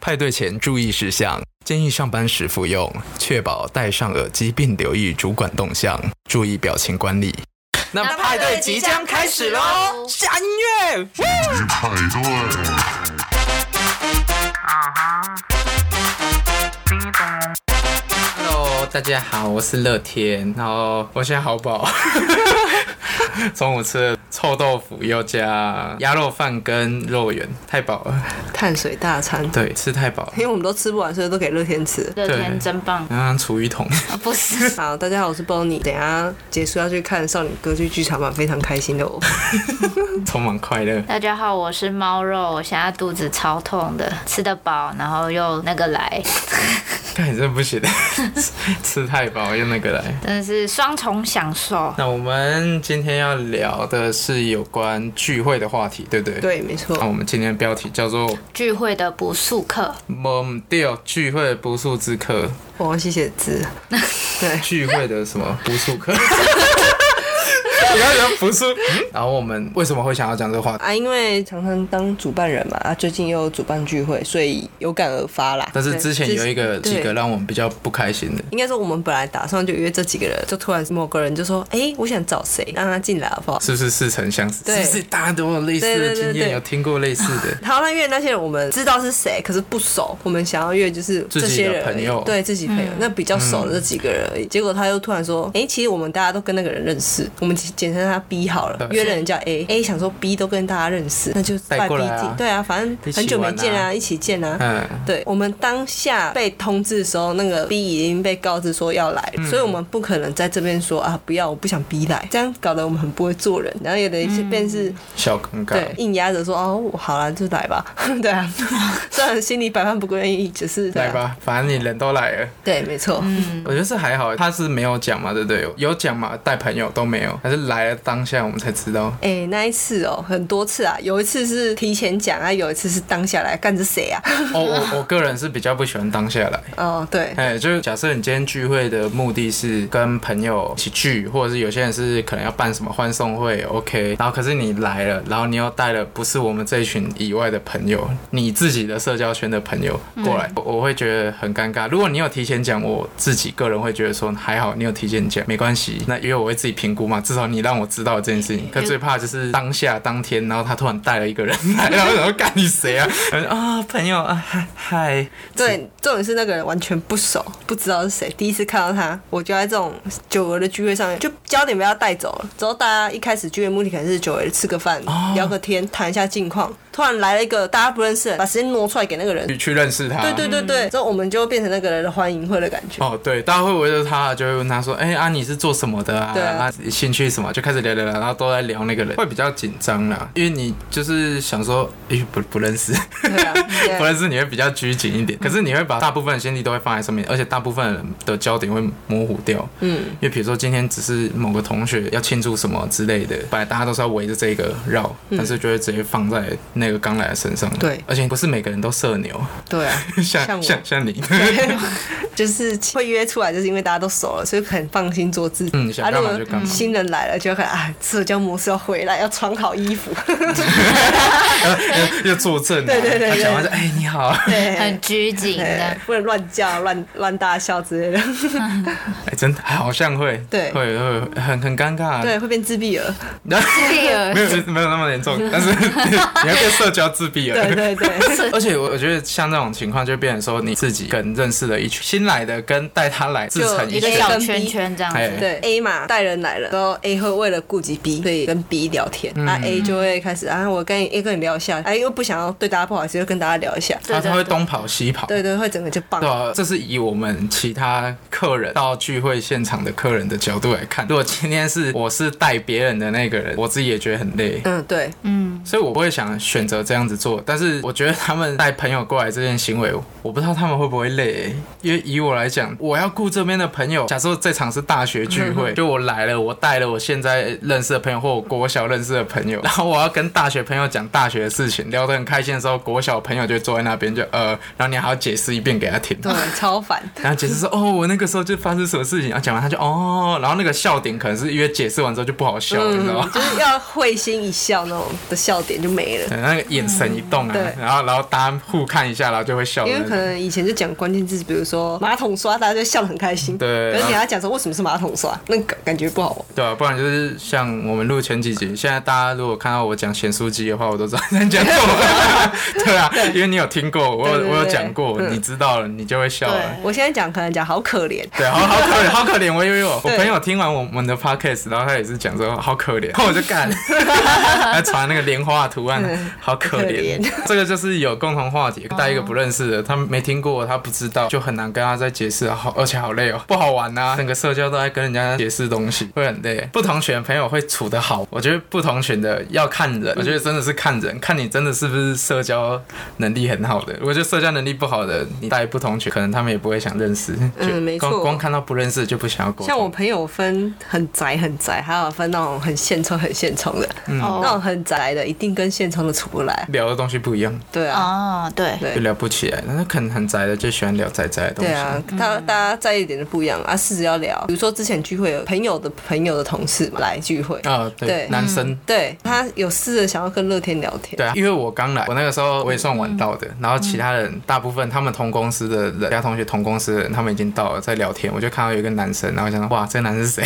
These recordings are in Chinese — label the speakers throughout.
Speaker 1: 派对前注意事项：建议上班时服用，确保戴上耳机并留意主管动向，注意表情管理。那派对即将开始喽！下音乐。
Speaker 2: 派对。
Speaker 1: Hello，大家好，我是乐天，然后我现在好饱， 中午吃了臭豆腐，又加鸭肉饭跟肉圆，太饱了，
Speaker 3: 碳水大餐，
Speaker 1: 对，吃太饱了，
Speaker 3: 因为我们都吃不完，所以都给乐天吃。
Speaker 4: 乐天真 棒，
Speaker 1: 刚刚厨余桶，
Speaker 4: 啊不是
Speaker 3: 好，大家好，我是 Bonnie。等一下结束要去看少女歌剧剧场版，非常开心的我。哦
Speaker 1: 充满快乐。
Speaker 4: 大家好，我是猫肉，我现在肚子超痛的，吃得饱，然后又那个来，
Speaker 1: 看你这不行， 吃太饱又那个来。
Speaker 4: 真的是双重享受。
Speaker 1: 那我们今天要聊的是有关聚会的话题，对不对？。
Speaker 3: 对，没错
Speaker 1: 那，我们今天的标题叫做
Speaker 4: 聚会的不速客，
Speaker 1: “蒙掉聚会不速之客”，
Speaker 3: 我忘记写字。对，
Speaker 1: 聚会的什么不速 客。我刚才讲不速，嗯然后我们为什么会想要讲这个话题？
Speaker 3: 啊，因为常常当主办人嘛，啊，最近又有主办聚会，所以有感而发啦。
Speaker 1: 但是
Speaker 3: 对
Speaker 1: 之前有一个
Speaker 3: 就是
Speaker 1: 几个
Speaker 3: 对
Speaker 1: 让我们比较不开心的，
Speaker 3: 应该说我们本来打算就约这几个人，就突然某个人就说：“哎、我想找谁，让他进来好不好
Speaker 1: 是不是似曾相识？
Speaker 3: 对
Speaker 1: 是不是大家都有类似
Speaker 3: 对
Speaker 1: 的
Speaker 3: 对对
Speaker 1: 经验，
Speaker 3: 对
Speaker 1: 有听过类似的？”？
Speaker 3: 好，那因为那些人我们知道是谁，可是不熟，我们想要约就是
Speaker 1: 自己
Speaker 3: 这
Speaker 1: 的
Speaker 3: 些人而已
Speaker 1: 朋友嗯
Speaker 3: 对自己朋友，那比较熟的这几个人而已。结果他又突然说：“哎、其实我们大家都跟那个人认识，我们简称他 B 好了，
Speaker 1: 对
Speaker 3: 约了人叫 A，A 想说 B 都跟大家认识，那就
Speaker 1: 带
Speaker 3: 拜
Speaker 1: 过
Speaker 3: B
Speaker 1: 来啊
Speaker 3: 进，对啊，反正很久没见啊，一起见啊，
Speaker 1: 嗯，
Speaker 3: 对我们当下被通知的时候，那个 B 已经被告知说要来
Speaker 1: 嗯
Speaker 3: 了，所以我们不可能在这边说啊，不要，我不想 B 来，这样搞得我们很不会做人。然后有的
Speaker 1: 嗯
Speaker 3: 一些便是、
Speaker 1: 小尴尬
Speaker 3: 对。硬压着说哦，我好了就来吧， 对啊，虽然心里百般不愿意，只是对啊
Speaker 1: 来吧，嗯反正你人都来了，
Speaker 3: 对，没错，
Speaker 1: 我觉得是还好，他是没有讲嘛，对不对？有讲嘛，带朋友都没有，还是来了当下我们才知道。
Speaker 3: 哎、那一次哦，很多次啊，有一次是提前讲啊，有一次是当下来，干着谁 啊？
Speaker 1: 哦，我我个人是比较不喜欢当下来，
Speaker 3: 哦，对，
Speaker 1: 哎，就是假设你今天聚会的目的是跟朋友一起聚，或者是有些人是可能要办什么欢送会，OK，然后可是你来了，然后你又带了不是我们这一群以外的朋友，你自己的社交圈的朋友过
Speaker 3: 嗯
Speaker 1: 来，我我会觉得很尴尬。如果你有提前讲，我自己个人会觉得说还好，你有提前讲没关系，那因为我会自己评估嘛，至少你让我知道这件事情。可最怕就是当下当天，然后他突然带了一个人来， 然后然后干你谁啊？ 然后就啊、朋友啊，嗨嗨，
Speaker 3: 对，重点是那个人完全不熟，不知道是谁。第一次看到他，我就在这种九儿的聚会上面，就焦点被他带走了。之后大家一开始聚会目的可能是九儿吃个饭、
Speaker 1: 哦
Speaker 3: 聊个天、谈一下近况。突然来了一个大家不认识的人，把时间挪出来给那个人。
Speaker 1: 去去认识他，
Speaker 3: 对对对对，之后我们就变成那个人的欢迎会的感觉。
Speaker 1: 哦，对，大家会围着他，就会问他说：“哎、啊，你是做什么的啊？
Speaker 3: 对啊
Speaker 1: 啊，兴趣什么？”就开始聊聊聊，然后都在聊那个人，会比较紧张啦，因为你就是想说，哎、不不认识，
Speaker 3: 对啊， 对嗯
Speaker 1: 不认识你会比较拘谨一点，可是你会把大部分的心力都会放在上面，而且大部分人的焦点会模糊掉。嗯，因为比如说今天只是某个同学要庆祝什么之类的，本来大家都是要围着这个绕，但是就会直接放在那个刚来的身上。
Speaker 3: 嗯对
Speaker 1: 而且不是每个人都社牛，
Speaker 3: 对啊，像
Speaker 1: 像
Speaker 3: 我
Speaker 1: 像像你。
Speaker 3: 就是会约出来，就是因为大家都熟了，所以很放心做自己。
Speaker 1: 嗯想干嘛就干嘛
Speaker 3: 啊如果新人来了，就会看啊，社交模式要回来，要穿好衣服。
Speaker 1: 要作证、啊，
Speaker 3: 对对对对
Speaker 1: 他讲话是哎、你好，哎、
Speaker 3: 对，
Speaker 4: 很拘谨的
Speaker 3: 哎，不能乱叫、乱乱大笑之 类的，
Speaker 1: 哎真的好像会，
Speaker 3: 对
Speaker 1: 会会会很很尴尬，
Speaker 3: 对，会变自闭儿。
Speaker 1: 然后，没
Speaker 4: 对啊
Speaker 1: 有没有那么严重，但是你要变社交自闭了，
Speaker 3: 对对对，
Speaker 1: 而且我我觉得像这种情况，就变成说你自己跟认识的一群新来的，跟带他来自成
Speaker 4: 一
Speaker 1: 一
Speaker 4: 个
Speaker 1: 群
Speaker 3: A
Speaker 4: 小
Speaker 3: 跟 B
Speaker 4: 圈圈这样
Speaker 1: 哎
Speaker 4: 子。
Speaker 3: 对 A 嘛，带人来了，然后 A 会为了顾及 B，所以跟 B 聊天，那 A 就会开始啊，我跟 A 跟你聊一下，哎，又不想要对大家不好意思，就跟大家聊一下，
Speaker 1: 他
Speaker 4: 对
Speaker 1: 他
Speaker 4: 对
Speaker 1: 会
Speaker 4: 对
Speaker 1: 东跑西跑。
Speaker 3: 对嗯对，会整个就棒
Speaker 1: 对。啊，这是以我们其他客人到聚会现场的客人的角度来看，如果今天是我是带别人的那个人，我自己也觉得很累，
Speaker 3: 嗯，对，
Speaker 1: 所以我不会想选择这样子做，但是我觉得他们带朋友过来这件行为，我不知道他们会不会累、因为以我来讲，我要顾这边的朋友。假设这场是大学聚会，就我来了，我带了我现在认识的朋友或我国小认识的朋友，然后我要跟大学朋友讲大学的事情，聊得很开心的时候，国小朋友就坐在那边就呃，然后你还要解释一遍给他听。
Speaker 3: 对，超烦。
Speaker 1: 然后解释说，哦，我那个时候就发生什么事情，然后讲完他就哦，然后那个笑点可能是因为解释完之后就不好笑，了，你知道吗
Speaker 3: 嗯，？就是要会心一笑那种的笑笑点就 没了。
Speaker 1: 可能那个眼神一动啊，
Speaker 3: 嗯对
Speaker 1: 然后然后大家互看一下，然后就会笑的
Speaker 3: 因
Speaker 1: 那
Speaker 3: 为
Speaker 1: 种。
Speaker 3: 可能以前就讲关键字，比 如说马桶刷，大家就笑得很开心。
Speaker 1: 对
Speaker 3: 可是你
Speaker 1: 然后
Speaker 3: 要讲说为什么是马桶刷，那感感觉不好玩。
Speaker 1: 对啊，不然就是像我们录前几集，现在大家如果看到我讲咸酥鸡的话，我都知道你在讲什么。 对啊，因为你有听过，我有
Speaker 3: 对对对
Speaker 1: 我有讲过，
Speaker 3: 嗯
Speaker 1: 你知道了，你就会笑了。
Speaker 3: 我现在讲可能讲好可怜，
Speaker 1: 对，好好可怜，好可怜。我有有，我
Speaker 3: 对
Speaker 1: 朋友听完我们的 podcast，然后他也是讲说好可怜， 然后我就干，还传那个莲花的图案
Speaker 3: 嗯，
Speaker 1: 好可怜哦
Speaker 3: 可。
Speaker 1: 这个就是有共同话题，带一个不认识的，他没听过，他不知道，就很难跟他再解释，好，而且好累哦，不好玩呐、整个社交都在跟人家解释东西，会很累。不同群的朋友会处得好，我觉得不同群的要看人，我觉得真的是看人，看你真的是不是社交能力很好的。我觉得社交能力不好的，你带不同群，可能他们也不会想认识。
Speaker 3: 嗯
Speaker 1: 就
Speaker 3: 没
Speaker 1: 光
Speaker 3: 错
Speaker 1: 光看到不认识就不想要沟通。
Speaker 3: 像我朋友分很宅很宅，还有分那种很现充很现充的，那种
Speaker 4: 哦
Speaker 3: 很宅的一定跟现充的处不来。
Speaker 1: 聊的东西不一样，
Speaker 3: 对啊，
Speaker 4: 哦，对，
Speaker 3: 对
Speaker 1: 就聊不起来。那可能很宅的就喜欢聊宅宅的东西。
Speaker 3: 对啊，大
Speaker 1: 嗯
Speaker 3: 大家在意点都不一样啊，试着要聊。比如说之前聚会，有朋友的朋友的同事嘛来聚会，
Speaker 1: 啊对，
Speaker 3: 对嗯
Speaker 1: 男生。
Speaker 3: 对他有试着想要跟乐天聊天，
Speaker 1: 对啊，因为我刚来，我那个时候我也算晚到
Speaker 3: 嗯
Speaker 1: 的，然后其他人大部分他们同公司的人，其他同学同公司的人，他们已经到了，在聊天，我就看到有一个男生，然后我想说哇，这个男生是谁？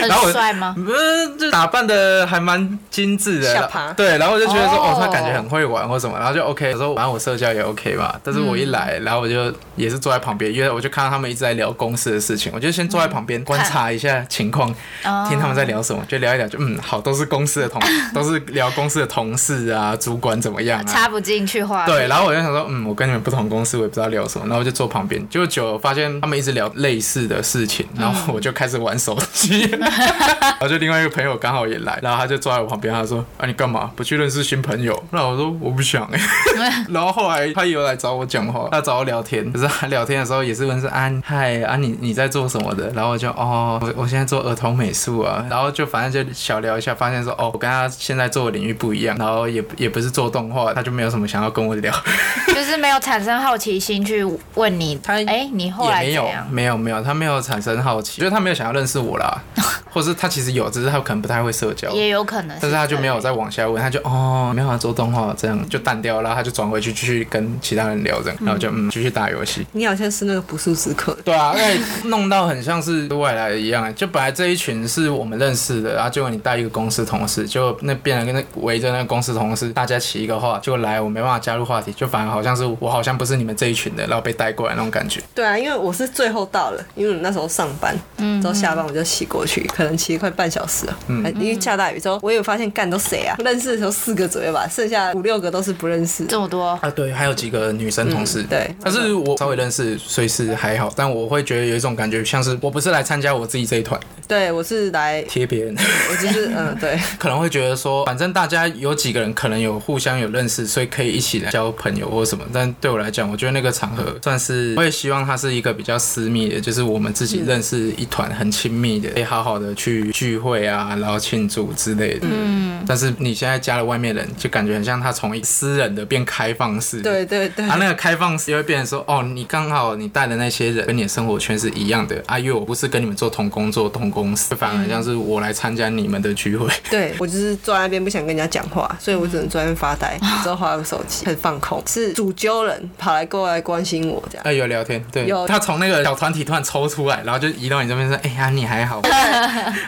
Speaker 1: 然后我
Speaker 4: 很帅吗？
Speaker 1: 嗯，就打扮的还蛮精致的，
Speaker 3: 下巴
Speaker 1: 对，然后我就觉得说，哦
Speaker 4: 哦
Speaker 1: 他感觉很会玩或什么，然后就 OK，我说反正我社交也 OK 嘛。但是我一来，然后我就也是坐在旁边，因为我就看到他们一直在聊公司的事情，我就先坐在旁边观察一下情况，
Speaker 4: 哦
Speaker 1: 听他们在聊什么，就聊一聊，就嗯，好，都是公司的同，都是聊公司的同事啊，主管怎么样啊，
Speaker 4: 插不进去话题。
Speaker 1: 对，然后我就想说，嗯，我跟你们不同公司，我也不知道聊什么，然后我就坐旁边，结果久了我发现他们一直聊类似的事情，然后我就开始玩手机， 然后就另外一个朋友刚好也来，然后他就坐在我旁边，他说，啊，你干嘛不去认识新朋友？那我说我不想哎、 然后后来他有来找我讲话，他找我聊天，可是他聊天的时候也是问是安嗨啊你你在做什么的？然后我就哦我我现在做儿童美术啊，然后就反正就小聊一下，发现说哦我跟他现在做的领域不一样，然后也也不是做动画，他就没有什么想要跟我聊，
Speaker 4: 就是没有产生好奇心去问你，
Speaker 1: 他
Speaker 4: 哎，你后
Speaker 1: 也
Speaker 4: 来
Speaker 1: 没
Speaker 4: 怎
Speaker 1: 有
Speaker 4: 样？
Speaker 1: 没有没有他没有产生好奇，就是他没有想要认识我 啦，或是他其实有，只是他可能不太会社交。
Speaker 4: 也有可能，
Speaker 1: 但是他就没有。再往下问，他就哦，没有要做动画，这样就淡掉了，然后他就转回去继续跟其他人聊这样，然后就嗯继续打游 戏。
Speaker 3: 你好像是那个不速之客。
Speaker 1: 对啊，哎，弄到很像是外来的一样，啊就本来这一群是我们认识的，然后啊结果你带一个公司同事，结果那变得跟那围着那个公司同事，大家起一个话，结果来我没办法加入话题，就反而好像是我好像不是你们这一群的，然后被带过来那种感觉。
Speaker 3: 对啊，因为我是最后到了，因为我那时候上班，嗯，之后下班我就骑过去，可能骑快半小时了，嗯，因为下大雨之后，我有发现干都谁啊？认识的时候四个左右吧，剩下五六个都是不认识。
Speaker 4: 这么多，
Speaker 1: 啊，对，还有几个女生同事，
Speaker 3: 嗯对
Speaker 1: 但是我稍微认识，所以是还好，但我会觉得有一种感觉，像是我不是来参加我自己这一团，
Speaker 3: 对，我是来，
Speaker 1: 贴别人，
Speaker 3: 我就是嗯，对，
Speaker 1: 可能会觉得说，反正大家有几个人可能有互相有认识，所以可以一起来交朋友或什么。但对我来讲，我觉得那个场合算是，我也希望它是一个比较私密的，就是我们自己认识一团很亲密
Speaker 3: 嗯
Speaker 1: 的，可以好好的去聚会啊，然后庆祝之类的。嗯，但是你现在加了外面人，就感觉很像他从一私人的变开放式，
Speaker 3: 对对对
Speaker 1: 啊，那个开放式就会变成说，哦，你刚好你带的那些人跟你的生活圈是一样的啊，因为我不是跟你们做同工作、同公司，反而像是我来参加你们的聚会。
Speaker 3: 对我就是坐在那边不想跟人家讲话，所以我只能坐在那边发呆，之后划个手机，很放空。是主揪人跑来过来关心我这样。
Speaker 1: 啊，有聊天，对，
Speaker 3: 有
Speaker 1: 他从那个小团体突然抽出来，然后就移到你这边说，哎、呀、你还好吗？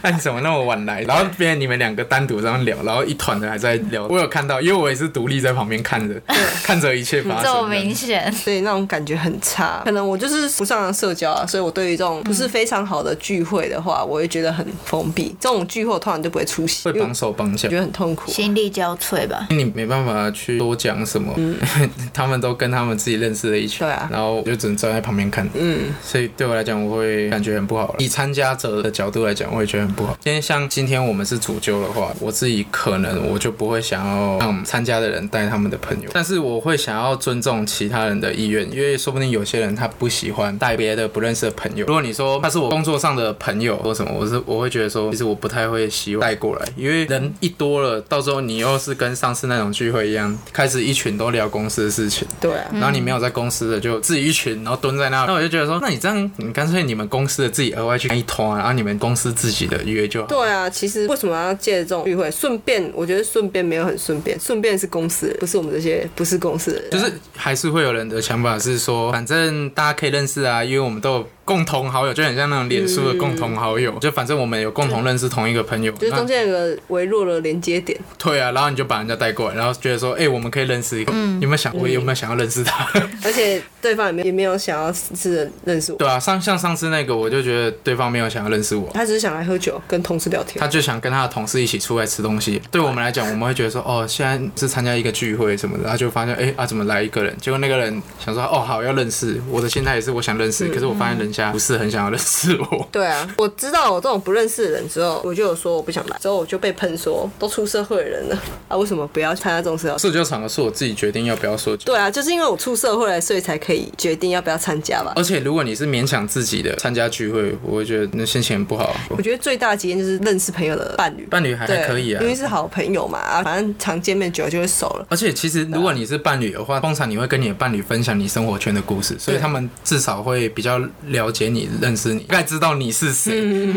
Speaker 1: 那、你怎么那么晚来？然后变成你们两个单独这样聊，然后一团的还在聊。我有看到，因为我也是独立在旁边看着，看着一切发生。
Speaker 4: 这么明显，
Speaker 3: 所以那种感觉很差。可能我就是不擅长社交啊，所以我对于这种不是非常好的聚会的话，我会觉得很封闭。这种聚会我通常就不会出席，
Speaker 1: 会
Speaker 3: 因为
Speaker 1: 绑手绑脚
Speaker 3: 我觉。得很痛苦。
Speaker 4: 心力交瘁吧。
Speaker 1: 你没办法去多讲什么， 他们都跟他们自己认识的一群，
Speaker 3: 嗯对啊
Speaker 1: 然后我就只能站在旁边看，嗯，所以对我来讲，我会感觉很不好了。以参加者的角度来讲，我也觉得很不好。今天像今天我们是主揪的话，我自己可能我就不会想要让参加的人带他们的朋友，但是我会想要尊重其他人的意愿，因为说不定有些人他不喜欢带别的不认识的朋友。如果你说他是我工作上的朋友或什么，我是我会觉得说，其实我不太会希望带过来，因为人一多了，到时候你又是跟上次那种聚会一样，开始一群都聊公司的事情。
Speaker 3: 对啊，
Speaker 1: 然后你没有在公司的，就自己一群，然后蹲在那。那我就觉得说，那你这样，你干脆你们公司的自己额外去开一团，然后你们公司自己的约就好。
Speaker 3: 对啊，其实为什么要借这种聚会？顺便，我觉得顺便没有很顺便，顺便是公司人，不是我们这些不是公司的人。啊
Speaker 1: 就是还是会有人的想法是说，反正大家可以认识啊，因为我们都有共同好友，就很像那种脸书的共同好友，就反正我们有共同认识同一个朋友，
Speaker 3: 嗯就是
Speaker 1: 那
Speaker 3: 中间有个微弱的连接点，
Speaker 1: 对啊，然后你就把人家带过来，然后觉得说，哎、我们可以认识一个，
Speaker 3: 嗯
Speaker 1: 有没有想我有没有想要认识他？
Speaker 3: 而且对方也没有也没有想要是认识我，
Speaker 1: 对啊，上像上次那个，我就觉得对方没有想要认识我。
Speaker 3: 他只是想来喝酒跟同事聊天
Speaker 1: 他。就想跟他的同事一起出来吃东西。对我们来讲，我们会觉得说，哦，现在是参加一个聚会什么的，他就发现，哎、啊，怎么来一个人？结果那个人想说，哦，好，要认识。我的心态也是我想认
Speaker 3: 嗯
Speaker 1: 识，可是我发现人家不是很想要认识我。
Speaker 3: 对啊，我知道我这种不认识的人之后，我就有说我不想来，之后我就被喷说都出社会的人了 啊，为什么不要参加这种社交？
Speaker 1: 社交场合是我自己决定要不要说
Speaker 3: 对啊，就是因为我出社会了，所以才可以决定要不要参加吧。
Speaker 1: 而且如果你是勉强自己的参加聚会，我会觉得那心情很不好。
Speaker 3: 我觉得最大的经验就是认识朋友的伴侣，
Speaker 1: 伴侣还
Speaker 3: 对
Speaker 1: 还可以啊
Speaker 3: 因。为是好朋友嘛，啊，反正常见面久了就会熟了。
Speaker 1: 而且其实，如果你是伴侣的话，通常你会跟你的伴侣分享你生活圈的故事，所以他们至少会比较了解你、认识你，大概知道你是谁，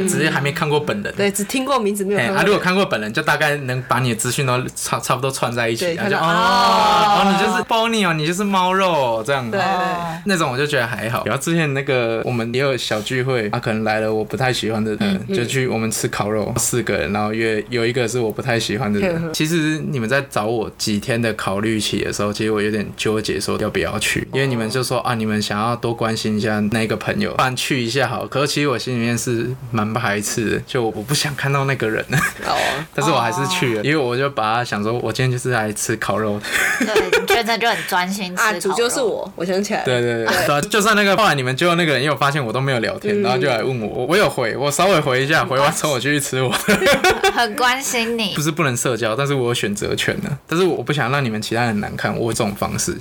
Speaker 1: 只是还没看过本人。
Speaker 3: 嗯对，只听过名字没有
Speaker 1: 哎、
Speaker 3: 看过
Speaker 1: 啊，
Speaker 3: 人。
Speaker 1: 如果看过本人，就大概能把你的资讯都差差不多串在一起，
Speaker 3: 对
Speaker 1: 然后
Speaker 3: 看
Speaker 1: 就
Speaker 3: 到
Speaker 1: 哦，
Speaker 3: 哦
Speaker 1: 哦，你就是 Bonnie 哦，你就是猫肉、哦、这样。
Speaker 3: 对对
Speaker 4: 哦
Speaker 1: 那种我就觉得还好。然后之前那个我们也有小聚会，啊，可能来了我不太喜欢的人，就去我们吃烤肉，四个人，然后约有一个是我不太喜欢的
Speaker 3: 呵呵
Speaker 1: 人。其实你们在找我几天的考虑期的时候，其实我有点纠结，说要不要去，因为你们就说啊，你们想要多关心一下那个朋友，不然去一下好。可是其实我心里面是蛮排斥的，就我不想看到那个人。
Speaker 3: 哦，
Speaker 1: 但是我还是去了，因为我就把它想说，我今天就是来吃烤肉的。
Speaker 4: 对，你觉得就很专心吃
Speaker 3: 啊，
Speaker 4: 烤
Speaker 3: 主就是
Speaker 4: 肉。
Speaker 3: 我，我想起来了。
Speaker 1: 对对对，对啊就算那个后来你们就那个人，因为我发现我都没有聊天，然后就来问我，我我有回，我稍微回一下，回完之后我就去吃我 的，
Speaker 4: 很关心你
Speaker 1: 不。是不能社交，但是我有选择权的，但是我不想让你们其他人难看，我这种方式，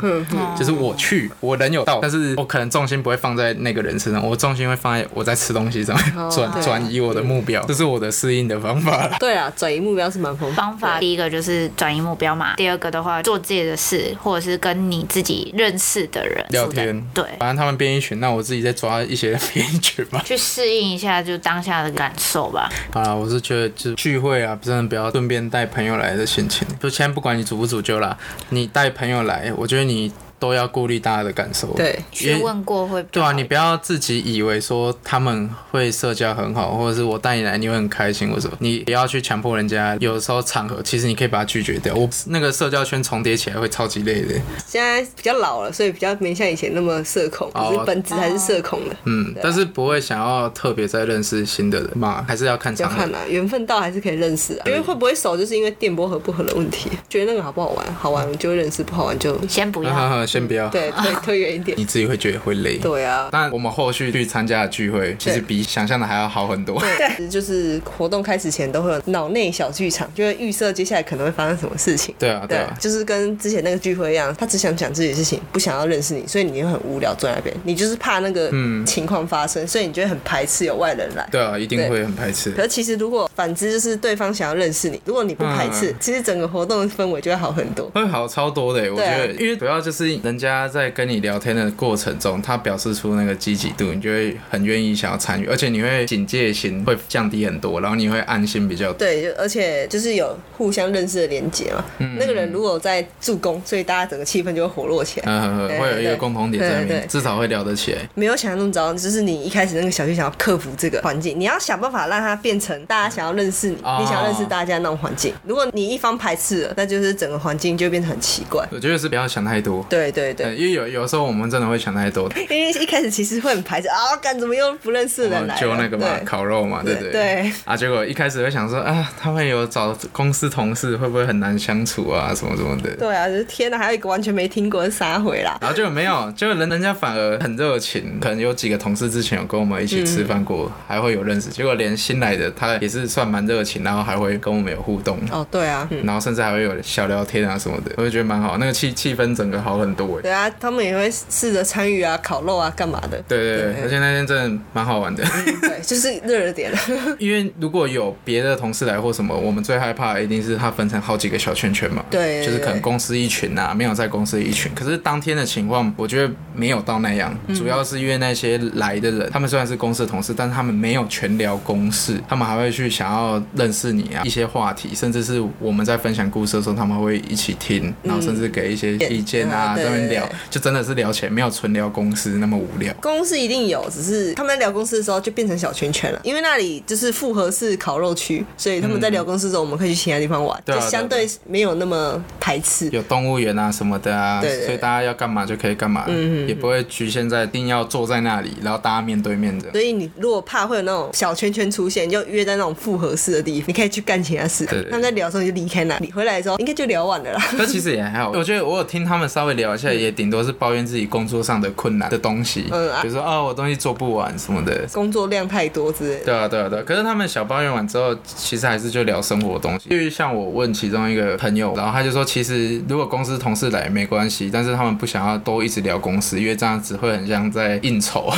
Speaker 1: 就是我去，我人有到，但是我可能重心不会放在那个人身上，我重心会放在我在吃东西上面， 转
Speaker 3: 对
Speaker 1: 转移我的目标，这是我的适应的方法啦。
Speaker 3: 对啊，转移目标是蛮丰富的。
Speaker 4: 方法第一个就是转移目标嘛，第二个的话做自己的事，或者是跟你自己认识的人
Speaker 1: 聊
Speaker 4: 处在
Speaker 1: 天，
Speaker 4: 对，
Speaker 1: 反正他们编一群，那我自己再抓一些 编一群吧。
Speaker 4: 去适应一下就当下的感受吧。
Speaker 1: 好啦，我是觉得就是聚会啊，真的不要顺便带朋友来的心情。就现在不管你组不组就啦，你带朋友来，我觉得你都要顾虑大家的感受。
Speaker 3: 对，
Speaker 1: 因为
Speaker 4: 去问过会比较
Speaker 1: 对啊，
Speaker 4: 好
Speaker 1: 你不要自己以为说他们会社交很好，或者是我带你来你会很开心，或者什么，你不要去强迫人家。有时候场合其实你可以把它拒绝掉。我那个社交圈重叠起来会超级累的。
Speaker 3: 现在比较老了，所以比较没像以前那么社恐，
Speaker 1: 哦
Speaker 3: 可是本质还是社恐的。
Speaker 1: 嗯，但是不会想要特别再认识新的人嘛，还是要看
Speaker 3: 要
Speaker 1: 场合
Speaker 3: 看。啦，缘分到还是可以认识啊。因为会不会熟，就是因为电波合不合的问题。觉得那个好不好玩，好玩就认识，不好玩就
Speaker 4: 先
Speaker 1: 啊
Speaker 4: 不要。
Speaker 1: 先不要，
Speaker 3: 对推推远一点
Speaker 1: 你。自己会觉得会累。
Speaker 3: 对啊，
Speaker 1: 但我们后续去参加的聚会，其实比想象的还要好很多。
Speaker 3: 对，就是活动开始前都会有脑内小剧场，就会预设接下来可能会发生什么事情。
Speaker 1: 对啊，对
Speaker 3: 对
Speaker 1: 啊，，
Speaker 3: 就是跟之前那个聚会一样，他只想讲自己的事情，不想要认识你，所以你就很无聊坐在那边，你就是怕那个情况发生，所以你就会很排斥有外人来。
Speaker 1: 嗯对啊，一定会很排斥
Speaker 3: 可。是其实如果反之就是对方想要认识你，如果你不排斥，
Speaker 1: 嗯
Speaker 3: 其实整个活动的氛围就会好很多。
Speaker 1: 会好超多的耶，我觉
Speaker 3: 对啊
Speaker 1: 得，因为主要就是人家在跟你聊天的过程中，他表示出那个积极度，你就会很愿意想要参与，而且你会警戒心会降低很多，然后你会安心比较多。
Speaker 3: 对，就而且就是有互相认识的连接嘛。
Speaker 1: 嗯
Speaker 3: 那个人如果在助攻，所以大家整个气氛就会活络起来。
Speaker 1: 嗯，
Speaker 3: 对
Speaker 1: 会有一个
Speaker 3: 对
Speaker 1: 共同点
Speaker 3: 对
Speaker 1: 在里
Speaker 3: 对
Speaker 1: 面，至少会聊得起来。
Speaker 3: 没有想象那么糟，就是你一开始那个小剧想要克服这个环境，你要想办法让它变成大家想要认识你，
Speaker 1: 哦
Speaker 3: 你想要认识大家那种环境。如果你一方排斥了，那就是整个环境就会变得很奇怪。
Speaker 1: 我觉得是不要想太多，
Speaker 3: 对对对，
Speaker 1: 嗯因为有有时候我们真的会想太多，
Speaker 3: 因为一开始其实会很排斥啊，干怎么又不认识的人来
Speaker 1: 哦
Speaker 3: 了？
Speaker 1: 就那个嘛，
Speaker 3: 对
Speaker 1: 烤肉嘛，对不对？
Speaker 3: 对对
Speaker 1: 啊，结果一开始会想说啊，他们有找公司同事，会不会很难相处啊，什么什么的。
Speaker 3: 对啊，就是天哪，还有一个完全没听过的撒回啦。
Speaker 1: 然后就没有，就人人家反而很热情，可能有几个同事之前有跟我们一起吃饭过，还会有认识。结果连新来的他也是算蛮热情，然后还会跟我们有互动，
Speaker 3: 哦，对啊，嗯，
Speaker 1: 然后甚至还会有小聊天啊什么的，我就觉得蛮好，那个气气氛整个好很多哎。
Speaker 3: 对啊，他们也会试着参与啊，烤肉啊，干嘛的。
Speaker 1: 对对对，而且那天真的蛮好玩的，
Speaker 3: 对，就是热了点。
Speaker 1: 因为如果有别的同事来或什么，我们最害怕的一定是它分成好几个小圈圈嘛，
Speaker 3: 对对
Speaker 1: 就是可能
Speaker 3: 对
Speaker 1: 公司一群啊，没有在公司一群。可是当天的情况，我觉得没有到那样，
Speaker 3: 嗯
Speaker 1: 主要是因为那些来的人，他们虽然是公司的同事，但是他们没有全聊公事，他们还会去想要认识你啊，一些话题，甚至是我们在分享故事的时候，他们会一起听，然后甚
Speaker 3: 嗯
Speaker 1: 至给一些意见啊，
Speaker 3: 对
Speaker 1: 在那边
Speaker 3: 对
Speaker 1: 聊
Speaker 3: 对，
Speaker 1: 就真的是聊起来，没有纯聊公司那么无聊。
Speaker 3: 公司一定有，只是他们在聊公司的时候就变成小圈圈了，因为那里就是复合式烤肉区，所以他们在聊公司的时候，我们可以去其他地方玩，
Speaker 1: 嗯对啊
Speaker 3: 就相对没有那么排斥。
Speaker 1: 有动物园啊什么的啊，
Speaker 3: 对对对嗯
Speaker 1: 所以大家要干嘛就可以干嘛，也不会局限在一定要坐在那里，然后大家面对面这样。
Speaker 3: 所以你如果怕会有那种小圈圈出现，你就约在那种复合式的地方，你可以去干其他事。
Speaker 1: 对对对
Speaker 3: 他们在聊的时候你就离开那里，回来的时候应该就聊完了啦。
Speaker 1: 但其实也还好，我觉得我有听他们稍微聊一下，也顶多是抱怨自己工作上的困难的东西，
Speaker 3: 嗯啊
Speaker 1: 比如说哦我东西做不完什么的。
Speaker 3: 工作量太多之类的。
Speaker 1: 对啊，对啊，对啊。可是他们小抱怨完之后，其实还是就聊生活的东西。因为像我问其中一个朋友，然后他就说，其实如果公司同事来没关系，但是他们不想要都一直聊公司，因为这样子会很像在应酬。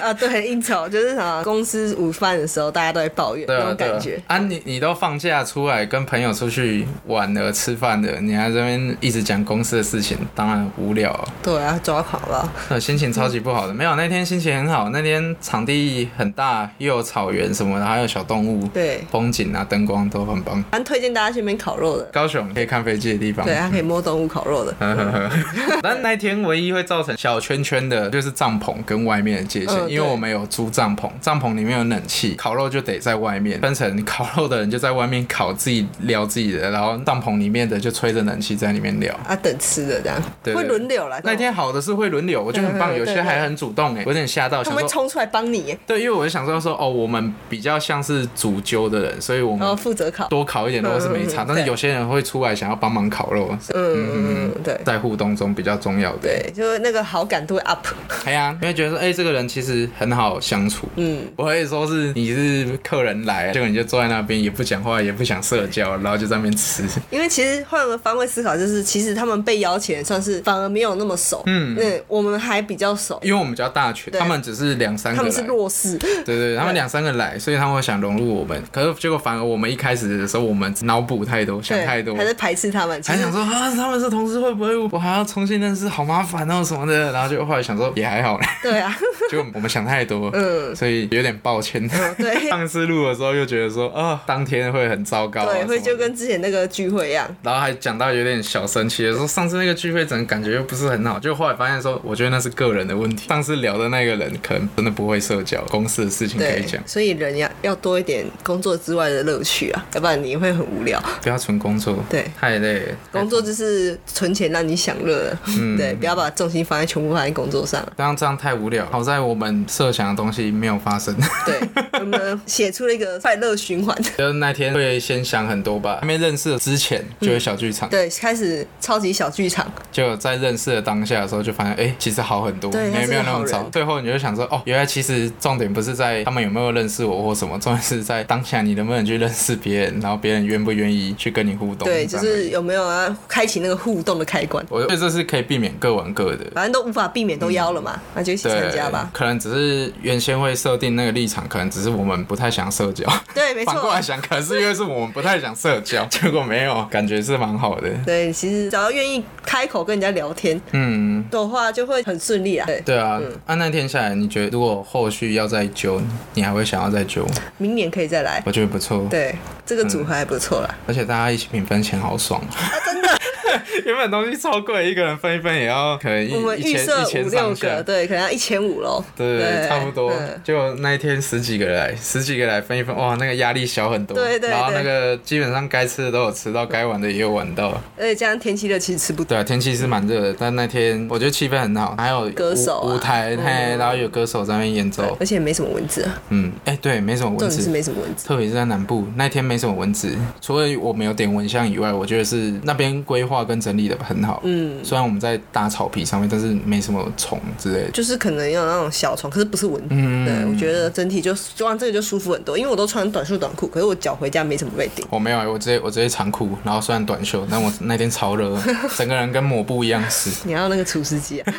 Speaker 3: 啊，对，应酬就是什么公司午饭的时候大家都在抱怨
Speaker 1: 对
Speaker 3: 那
Speaker 1: 啊
Speaker 3: 种
Speaker 1: 对啊
Speaker 3: 感觉。
Speaker 1: 啊，你你都放假出来跟朋友出去玩了、吃饭了，你还在这边一直讲公司的事情，当然无聊、啊，
Speaker 3: 对啊，抓狂了。
Speaker 1: 那心情超级不好
Speaker 3: 嗯
Speaker 1: 的。没有，那天心情很好，那天场地很大，又有草原什么的，还有小动物，
Speaker 3: 对
Speaker 1: 风景啊、灯光都很棒。
Speaker 3: 蛮推荐大家去那边烤肉的，
Speaker 1: 高雄可以看飞机的地方。
Speaker 3: 对，它可以摸动物烤肉的。
Speaker 1: 呵呵呵，但那天唯一会造成小圈圈的，就是帐篷跟外面的界限，
Speaker 3: 嗯
Speaker 1: 因为我们有租帐篷，帐篷里面有冷气，烤肉就得在外面，分成烤肉的人就在外面烤自己聊自己的，然后帐篷里面的就吹着冷气在里面聊。
Speaker 3: 啊，等吃的这样，
Speaker 1: 对对
Speaker 3: 会轮流来。
Speaker 1: 那天好的是会轮流，我觉得很棒，
Speaker 3: 对
Speaker 1: 有
Speaker 3: 对对
Speaker 1: 些还很主动哎、我有点吓到，
Speaker 3: 他
Speaker 1: 想
Speaker 3: 们会
Speaker 1: 说。
Speaker 3: 冲出来帮你耶，
Speaker 1: 对，因为我就想说说哦，我们比较像是主揪的人，所以我
Speaker 3: 然后
Speaker 1: 们
Speaker 3: 负责烤。
Speaker 1: 多烤一点肉是没差，
Speaker 3: 哦嗯嗯嗯
Speaker 1: 但是
Speaker 3: 对
Speaker 1: 有些人会出来想要帮忙烤肉，
Speaker 3: 嗯嗯嗯，对
Speaker 1: 在互动中比较重要的。
Speaker 3: 对，就是那个好感度会 up。
Speaker 1: 哎呀，你会觉得说，哎、这个人其实很好相处。
Speaker 3: 嗯，
Speaker 1: 不会说是你是客人来，结果你就坐在那边也不讲话，也不想社交，然后就在那边吃。
Speaker 3: 因为其实换个方位思考，就是其实他们被邀请的算是反而没有那么熟，
Speaker 1: 嗯
Speaker 3: 那我们还比较熟，
Speaker 1: 因为我们比较大群，
Speaker 3: 对
Speaker 1: 他们只是两三个
Speaker 3: 他
Speaker 1: 来，
Speaker 3: 们是弱势，
Speaker 1: 对对，他们两三个来，所以他们会想融入我们。可是结果反而我们一开始的时候，我们脑补太多，想
Speaker 3: 对，
Speaker 1: 太多，
Speaker 3: 还是排斥他们，
Speaker 1: 还
Speaker 3: 其实
Speaker 1: 想说啊，他们是同事，会不会我还要重新认识，好麻烦哦什么的。然后就后来想说也还好啦，
Speaker 3: 对啊，
Speaker 1: 就我们想太 多，
Speaker 3: 嗯
Speaker 1: 所以有点抱歉。
Speaker 3: 对
Speaker 1: 上次录的时候又觉得说，啊，当天会很糟糕、啊，
Speaker 3: 对，
Speaker 1: 什么
Speaker 3: 会
Speaker 1: 的
Speaker 3: 就跟之前那个聚会一样，
Speaker 1: 然后还讲到有点小生气，说上次那个聚会整个感觉又不是很好，就后来发现说，我觉得那是个人的问题。上次聊的那个人可能真的不会社交，公司的事情可以
Speaker 3: 对
Speaker 1: 讲，，
Speaker 3: 所以人要要多一点工作之外的乐趣啊，要不然你会很无聊。
Speaker 1: 不要纯工作，
Speaker 3: 对
Speaker 1: 太累了。
Speaker 3: 工作就是存钱让你享乐的，
Speaker 1: 嗯
Speaker 3: 对，不要把重心放在全部放在工作上。
Speaker 1: 这样这样太无聊，好在我们设想的东西没有发生。
Speaker 3: 对，我们写出了一个快乐循环。
Speaker 1: 就是那天会先想很多吧，还没认识之前就有小剧场，
Speaker 3: 对，开始超级小剧场，
Speaker 1: 就在认识的当下的时候，就发现哎、诶其实好很多，
Speaker 3: 对他
Speaker 1: 没
Speaker 3: 是个
Speaker 1: 没有那么
Speaker 3: 好人
Speaker 1: 糟。最后你就想说，哦，原来其实重点不是在他们有没有认识我或什么，重点是在当下你能不能去认识别人，然后别人愿不愿意去跟你互动。
Speaker 3: 对，
Speaker 1: 这
Speaker 3: 就
Speaker 1: 样而已
Speaker 3: 是有没有要开启那个互动的开关，
Speaker 1: 我觉得这是可以避免各玩各的。
Speaker 3: 反正都无法避免，都邀了嘛，那就一起参
Speaker 1: 对
Speaker 3: 加吧，。
Speaker 1: 可能只是原先会设定那个立场，可能只是我们不太想社交。
Speaker 3: 对，没
Speaker 1: 反过来
Speaker 3: 错。
Speaker 1: 想，可能是因为是我们不太想社 交，结果没有，感觉是蛮好的。
Speaker 3: 对，其实只要愿意开口跟人家聊天
Speaker 1: 嗯，
Speaker 3: 的话，就会很顺利啊。对，
Speaker 1: 对啊，按、那天下来，你觉得如果后续要再揪，你还会想要再揪？
Speaker 3: 明年可以再来。
Speaker 1: 我觉得不错。，哦
Speaker 3: 对，这个组合还不错啦。
Speaker 1: 而且大家一起平分钱好爽。啊、真的， 原本东西超贵，一个人分一分也要可嗯能一
Speaker 3: 我们
Speaker 1: 一
Speaker 3: 预
Speaker 1: 千
Speaker 3: 设
Speaker 1: 一
Speaker 3: 五
Speaker 1: 千
Speaker 3: 六
Speaker 1: 上
Speaker 3: 个，
Speaker 1: 下。
Speaker 3: 对，可能要一千五喽。
Speaker 1: 对对对，差不多
Speaker 3: 嗯。
Speaker 1: 就那一天十几个来，十几个来分一分，哇，那个压力小很多。
Speaker 3: 对对
Speaker 1: 然后
Speaker 3: 对
Speaker 1: 那个基本上该吃的都有吃到，该玩的也有玩到。
Speaker 3: 而且加上天气热，其实吃不多。
Speaker 1: 对啊，天气是蛮热的，但那天我觉得气氛很好，还有
Speaker 3: 嗯歌手
Speaker 1: 舞
Speaker 3: 啊
Speaker 1: 舞台，
Speaker 3: 嗯
Speaker 1: 嘿，然后有歌手在那边演奏
Speaker 3: 而。且没什么蚊子啊，
Speaker 1: 嗯，哎，对，没什么
Speaker 3: 重
Speaker 1: 蚊
Speaker 3: 点是
Speaker 1: 子。
Speaker 3: 没什么蚊子。
Speaker 1: 特别是在南部，那天没什么蚊子，除了我们有点蚊香以外，我觉得是那边规划跟整理的很好。嗯，虽然我们在大草皮上面，但是没什么虫之类的。
Speaker 3: 就是可能有那种小虫，可是不是蚊子。
Speaker 1: 嗯
Speaker 3: 对，我觉得整体就穿这个就舒服很多，因为我都穿短袖短裤，可是我脚回家没怎么被叮。
Speaker 1: 我没有欸、我直接我直接长裤，然后虽然短袖，但我那天超 热，整个人跟抹布一样湿。
Speaker 3: 你要那个除 湿机啊，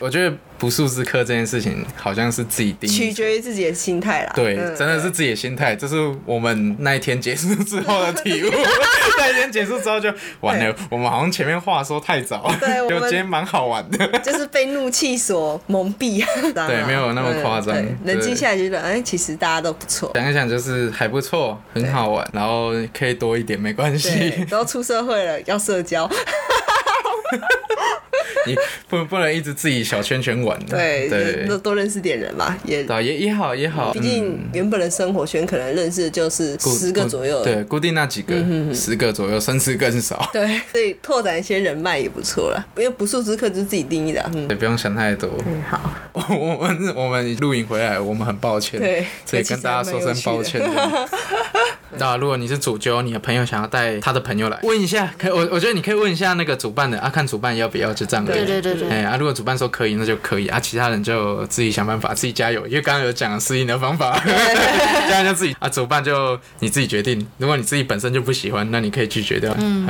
Speaker 1: 我觉得不速之客这件事情，好像是自己定
Speaker 3: 取
Speaker 1: 义。
Speaker 3: 决于自己的心态啦。
Speaker 1: 对，
Speaker 3: 嗯
Speaker 1: 真的是自己的心态，这是我们那一天结束之后的体 悟。那一天结束之后就完了，我们好像前面话说太早，
Speaker 3: 对我
Speaker 1: 就
Speaker 3: 们
Speaker 1: 今天蛮好玩的。
Speaker 3: 就是被怒气所蒙蔽，啊当然
Speaker 1: 没有那么夸张
Speaker 3: 嗯对
Speaker 1: 对
Speaker 3: 冷静下来就觉得，哎，其实大家都不错。
Speaker 1: 想一想就是还不错，很好玩，然后可以多一点没关
Speaker 3: 对
Speaker 1: 系，，
Speaker 3: 然后出社会了要社交，
Speaker 1: 你不不能一直自己小圈圈玩的。
Speaker 3: 对，
Speaker 1: 对
Speaker 3: 多多认识点人嘛，也
Speaker 1: 对啊，也也好也好，
Speaker 3: 毕
Speaker 1: 嗯
Speaker 3: 竟原本的生活圈可能认识的就是
Speaker 1: 固
Speaker 3: 十个
Speaker 1: 固
Speaker 3: 左右，嗯
Speaker 1: 对，固定那几个，十个左右，甚至更 少。
Speaker 3: 对，所以拓展一些人脉也不错啦。因为不速之客就是自己定义的啊，嗯，
Speaker 1: 也不用想太多。
Speaker 3: 好，
Speaker 1: 我我们我们露营回来，我们很抱歉，
Speaker 3: 对
Speaker 1: 所以
Speaker 3: 其实
Speaker 1: 跟大家说声抱歉
Speaker 3: 还。
Speaker 1: 这样 那如果你是主揪，你的朋友想要带他的朋友来，问一下，可我我觉得你可以问一下那个主办的啊，看主办要不要，就这样而已。
Speaker 4: 对对对对
Speaker 1: 哎啊，如果主办说可以，那就可以啊，其他人就自己想办法，自己加油。因为刚刚有讲适应的方法，这样就自己啊，主办就你自己决定。如果你自己本身就不喜欢，那你可以拒绝掉。嗯，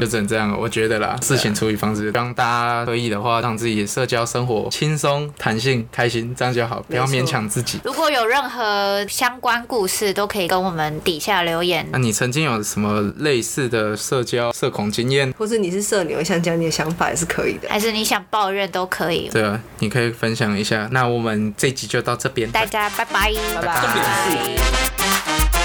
Speaker 1: 就只能这样，我觉得啦。事情处理方式，让大家可以的话，让自己的社交生活轻松、弹性、开心，这样就好，不要
Speaker 3: 没
Speaker 1: 勉
Speaker 3: 错
Speaker 1: 强自己。
Speaker 4: 如果有任何相关故事，都可以跟我们底下留言。
Speaker 1: 那啊你曾经有什么类似的社交社恐经验？
Speaker 3: 或是你是社牛，想讲你的想法也是可以的。
Speaker 4: 还是你想抱怨都可以。
Speaker 1: 对啊，你可以分享一下。那我们这集就到这边，
Speaker 4: 大家拜拜，拜拜。